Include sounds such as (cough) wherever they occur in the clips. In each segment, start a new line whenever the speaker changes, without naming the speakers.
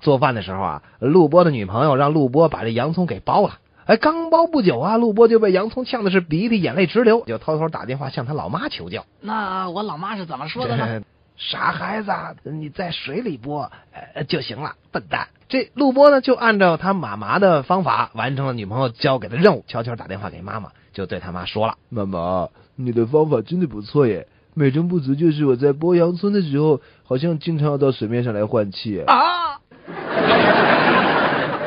做饭的时候啊，陆波的女朋友让陆波把这洋葱给剥了。哎，刚剥不久啊，陆波就被洋葱呛的是鼻涕眼泪直流，就偷偷打电话向他老妈求救。
那我老妈是怎么说
(laughs)
的呢？
傻孩子，你在水里剥、呃、就行了，笨蛋。这陆波呢，就按照他妈妈的方法完成了女朋友交给的任务，悄悄打电话给妈妈，就对他妈说了：“
妈妈，你的方法真的不错耶，美中不足就是我在剥洋葱的时候，好像经常要到水面上来换气。”
啊！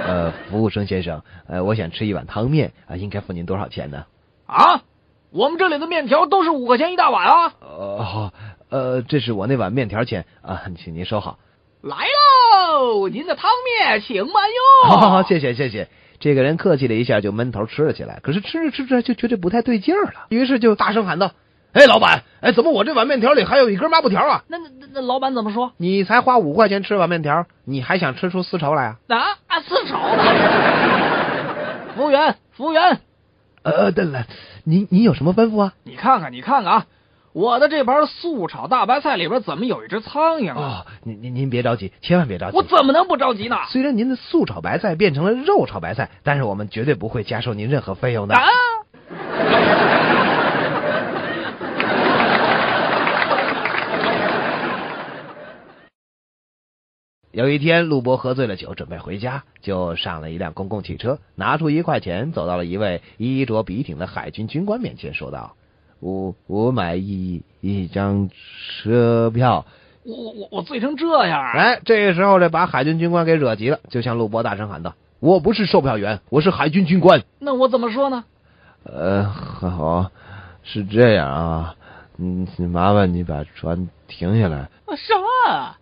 呃，服务生先生，呃，我想吃一碗汤面啊、呃，应该付您多少钱呢？
啊，我们这里的面条都是五块钱一大碗啊。
哦，呃，这是我那碗面条钱啊， (laughs) 请您收好。
来喽，您的汤面请慢用。
好好好，谢谢谢谢。这个人客气了一下，就闷头吃了起来。可是吃着吃着就觉得不太对劲儿了，于是就大声喊道：“哎，老板，哎，怎么我这碗面条里还有一根抹布条啊？”
那那那老板怎么说？
你才花五块钱吃碗面条，你还想吃出丝绸来啊？
啊啊，丝绸！ (laughs) 服务员，服务员，
呃，邓来，您您有什么吩咐啊？
你看看，你看看啊！我的这盘素炒大白菜里边怎么有一只苍蝇
啊？哦、您您您别着急，千万别着急！
我怎么能不着急呢？
虽然您的素炒白菜变成了肉炒白菜，但是我们绝对不会加收您任何费用的。
啊！
有一天，陆博喝醉了酒，准备回家，就上了一辆公共汽车，拿出一块钱，走到了一位衣着笔挺的海军军官面前，说道。我我买一一张车票，
我我我醉成这样、啊！
哎，这个时候这把海军军官给惹急了，就向陆波大声喊道：“我不是售票员，我是海军军官。”
那我怎么说呢？
呃，好，是这样啊，嗯，麻烦你把船停下来。
啊啥？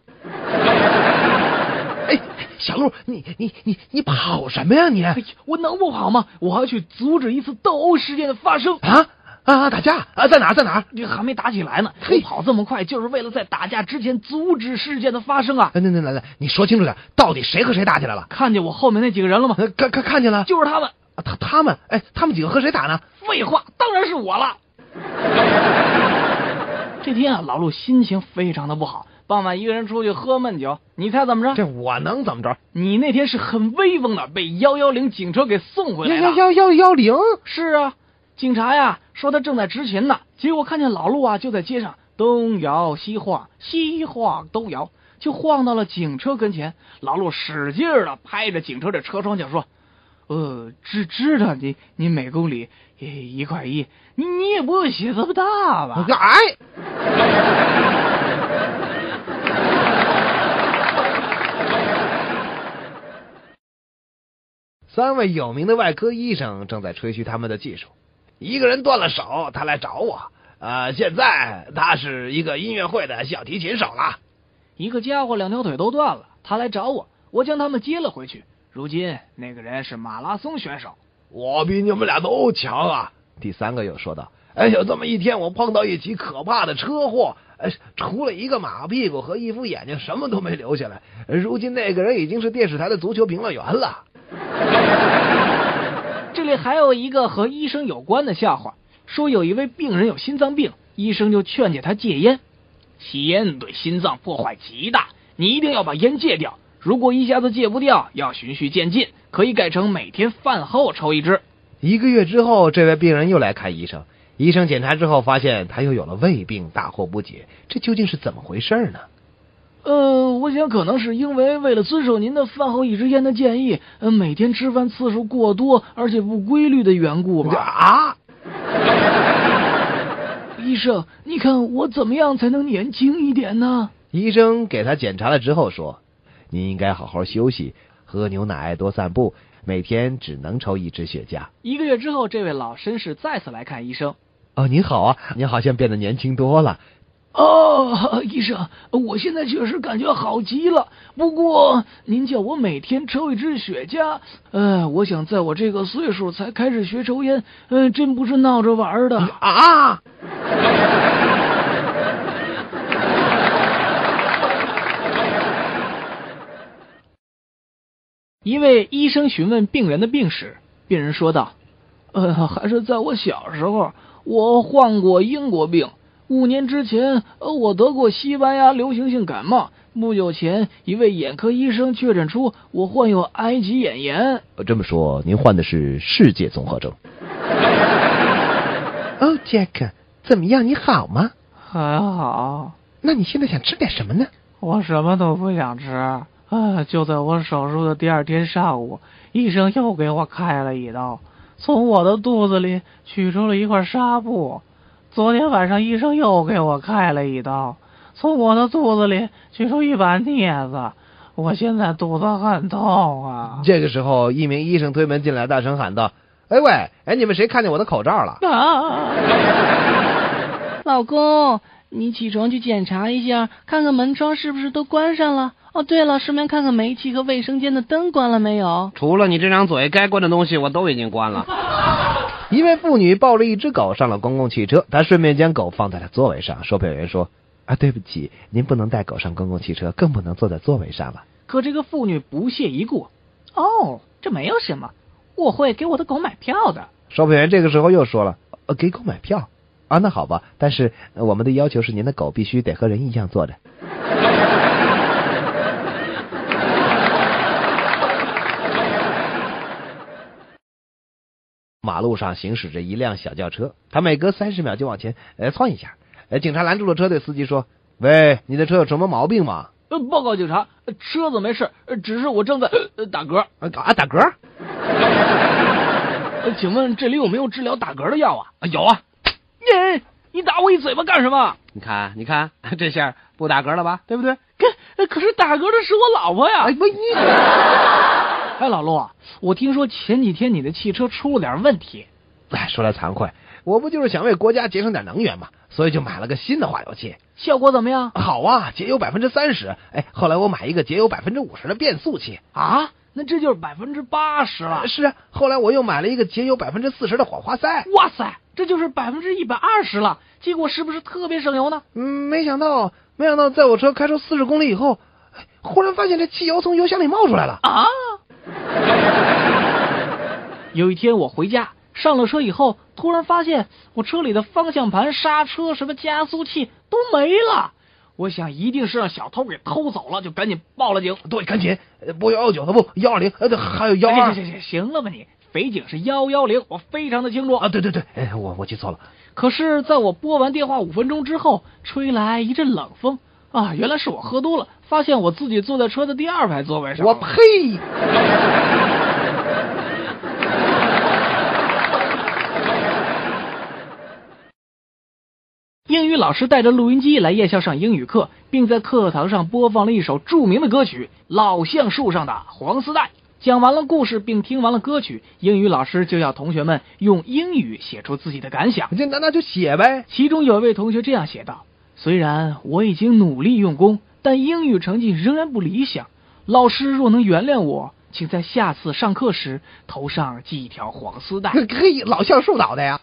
哎，小陆，你你你你跑什么呀你？哎、
我能不跑吗？我还要去阻止一次斗殴事件的发生
啊！啊！打架啊，在哪？在哪？
这还没打起来呢。我跑这么快，就是为了在打架之前阻止事件的发生啊！
那那来来，你说清楚点，到底谁和谁打起来了？呃
看见我后面那几个人了吗？
看看看见了，
就是他们。
啊、他他们哎，他们几个和谁打呢？
废话，当然是我了。这天啊，老陆心情非常的不好，傍晚一个人出去喝闷酒。你猜怎么着？
这我能怎么着？
你那天是很威风的，被幺幺零警车给送回来
了。幺幺幺零？
是啊。警察呀，说他正在执勤呢，结果看见老陆啊就在街上东摇西晃，西晃东摇，就晃到了警车跟前。老陆使劲的拍着警车的车窗，就说：“呃，知知道你你每公里呃一块一，你你也不用写这么大吧？”
哎。 (laughs) 三位有名的外科医生正在吹嘘他们的技术。一个人断了手，他来找我。呃，现在他是一个音乐会的小提琴手了。
一个家伙两条腿都断了，他来找我，我将他们接了回去。如今那个人是马拉松选手。
我比你们俩都强啊！第三个又说道：“哎，有这么一天，我碰到一起可怕的车祸。”哎，除了一个马屁股和一副眼睛，什么都没留下来。如今那个人已经是电视台的足球评论员了。
这里还有一个和医生有关的笑话，说有一位病人有心脏病，医生就劝解他戒烟。吸烟对心脏破坏极大，你一定要把烟戒掉。如果一下子戒不掉，要循序渐进，可以改成每天饭后抽一支。
一个月之后，这位病人又来看医生。医生检查之后发现他又有了胃病，大惑不解，这究竟是怎么回事呢？
呃，我想可能是因为为了遵守您的饭后一支烟的建议，呃，每天吃饭次数过多而且不规律的缘故吧。 (laughs)
啊！
医生，你看我怎么样才能年轻一点呢？
医生给他检查了之后说：“您应该好好休息，喝牛奶，多散步，每天只能抽一支雪茄。”
一个月之后，这位老绅士再次来看医生。
哦，您好啊，您好像变得年轻多了。
哦， (laughs) 医生，我现在确实感觉好极了。不过您叫我每天抽一支雪茄，呃，我想在我这个岁数才开始学抽烟，嗯、呃，真不是闹着玩的
啊。
一位医生询问病人的病史，病人说道：“呃，还是在我小时候，我患过英国病。”五年之前，呃，我得过西班牙流行性感冒。不久前，一位眼科医生确诊出我患有埃及眼炎。 (laughs)
呃这么说，您患的是世界综合症。 (laughs) 哦，杰克，怎么样？你好吗？
还好，
那你现在想吃点什么呢？
我什么都不想吃。啊，就在我手术的第二天上午，医生又给我开了一刀，从我的肚子里取出了一块纱布。昨天晚上，医生又给我开了一刀，从我的肚子里取出一把镊子。我现在肚子很痛啊！
这个时候，一名医生推门进来，大声喊道：“哎喂，哎，你们谁看见我的口罩了？
啊，
(laughs) 老公，你起床去检查一下，看看门窗是不是都关上了。哦，对了，顺便看看煤气和卫生间的灯关了没有。
除了你这张嘴，该关的东西我都已经关了。
一位妇女抱着一只狗上了公共汽车，她顺便将狗放在了座位上。售票员说：“啊，对不起，您不能带狗上公共汽车，更不能坐在座位上了。
可这个妇女不屑一顾。
哦，这没有什么，我会给我的狗买票的。”
售票员这个时候又说了：“呃，给狗买票啊，那好吧，但是呃我们的要求是您的狗必须得和人一样坐着。” (laughs) 马路上行驶着一辆小轿车，它每隔三十秒就往前呃窜一下。呃，警察拦住了车，对司机说：“喂，你的车有什么毛病吗？
呃，报告警察，呃车子没事，呃只是我正在、呃、打嗝。
啊啊，打嗝？
呃请问这里有没有治疗打嗝的药啊？啊有啊。耶，你打我一嘴巴干什么？
你看，你看， (laughs) 这下不打嗝了吧？对不对？
可呃可是打嗝的是我老婆呀！哎，不，你哎，老陆啊，我听说前几天你的汽车出了点问题，
哎，说来惭愧，我不就是想为国家节省点能源嘛，所以就买了个新的化油器。
效果怎么样
好啊，节油百分之三十。哎，后来我买一个节油百分之五十的变速器。
啊？那这就是百分之八十了。
是啊，后来我又买了一个节油百分之四十的火花塞。
哇塞，这就是百分之一百二十了，结果是不是特别省油呢？
嗯，没想到，没想到，在我车开出四十公里以后，哎忽然发现这汽油从油箱里冒出来了。
啊！ (laughs) 有一天我回家，上了车以后，突然发现我车里的方向盘、刹车、什么加速器都没了。我想一定是让小偷给偷走了，就赶紧报了警。
对，赶紧呃拨幺幺九的不幺二零，呃，对，还有幺
哎行
二
行行，行了吧你？匪警是幺幺零，我非常的清楚
啊，对对对，哎，我我记错了。
可是，在我拨完电话五分钟之后，吹来一阵冷风啊！原来是我喝多了，发现我自己坐在车的第二排座位上。
我呸！ (laughs)
英语老师带着录音机来夜校上英语课，并在课堂上播放了一首著名的歌曲《老橡树上的黄丝带》。讲完了故事，并听完了歌曲，英语老师就要同学们用英语写出自己的感想。
这那那就写呗。
其中有一位同学这样写道：“虽然我已经努力用功，但英语成绩仍然不理想。老师若能原谅我，请在下次上课时头上系一条黄
(laughs)
丝带。
嘿，老橡树脑袋呀！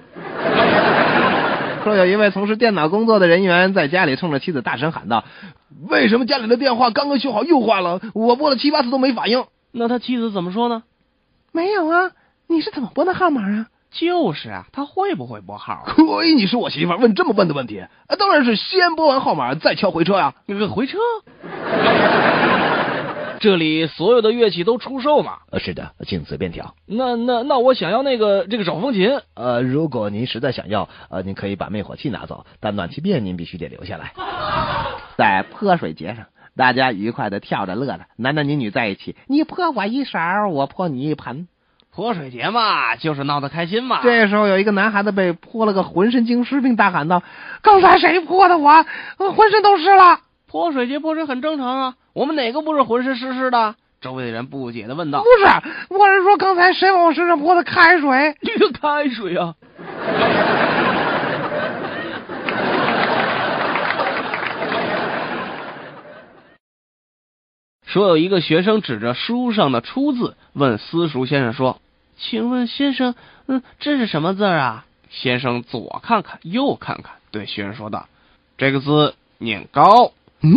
说有一位从事电脑工作的人员在家里冲着妻子大声喊道
为什么家里的电话刚刚修好又坏了？我拨了七八次都没反应。
(laughs) 那他妻子怎么说呢？
没有啊，你是怎么拨的号码啊？：“
就是啊，他会不会拨号啊？
亏你是我媳妇儿，问这么笨的问题啊！当然是先拨完号码再敲回车啊呀、
那个回车。” (laughs)
这里所有的乐器都出售嘛？
呃，是的，请随便挑。
那那那我想要那个这个手风琴。
呃，如果您实在想要，呃，您可以把灭火器拿走，但暖气片您必须得留下来。 (laughs)
在泼水节上，大家愉快的跳着乐着，男男女女在一起，你泼我一勺，我泼你一盆。泼水节嘛，就是闹得开心嘛。 (laughs) 这时候有一个男孩子被泼了个浑身惊湿，并大喊道：“刚才谁泼的我？我浑身都湿了！”泼水节泼水很正常啊，我们哪个不是浑身湿湿的？周围的人不解的问道：“不是，我是说刚才谁往我身上泼的开水
这个开水啊！
(laughs) 说有一个学生指着书上的“出”字问私塾先生说：“请问先生，嗯，这是什么字儿啊？”先生左看看，右看看，对学生说道：“这个字念‘高’。”嗯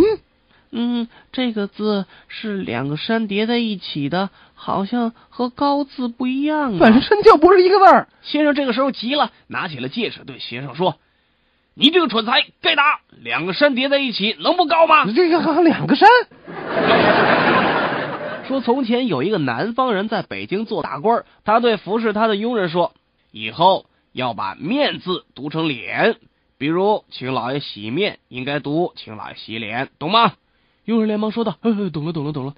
嗯，这个字是两个山叠在一起的，好像和‘高’字不一样啊。
身就不是一个字儿。
先生这个时候急了，拿起了戒尺，对学生说：“
你这个蠢材，该打！两个山叠在一起，能不高吗？
这个还有两个山，
说从前有一个南方人在北京做大官儿，他对服侍他的佣人说：“以后要把面字读成脸，比如请老爷洗面，应该读请老爷洗脸，懂吗？”佣人连忙说道：“呵呵，懂了，懂了，懂了。”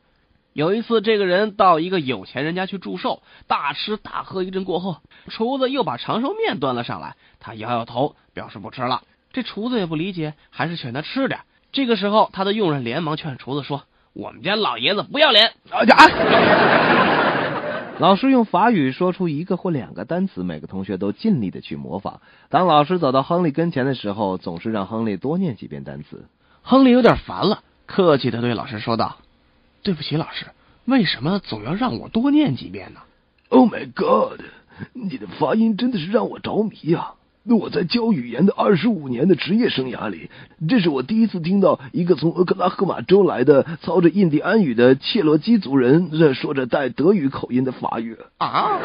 有一次，这个人到一个有钱人家去祝寿，大吃大喝一阵过后，厨子又把长寿面端了上来，他摇摇头，表示不吃了。这厨子也不理解，还是劝他吃点儿。这个时候，他的佣人连忙劝厨子说：“我们家老爷子不要脸，
啊呀！
老师用法语说出一个或两个单词，每个同学都尽力的去模仿。当老师走到亨利跟前的时候，总是让亨利多念几遍单词。
亨利有点烦了，客气的对老师说道：“对不起，老师，为什么总要让我多念几遍呢
Oh my God！你的发音真的是让我着迷呀、我在教语言的二十五年的职业生涯里，这是我第一次听到一个从俄克拉荷马州来的操着印第安语的切罗基族人呃说着带德语口音的法语。
啊？”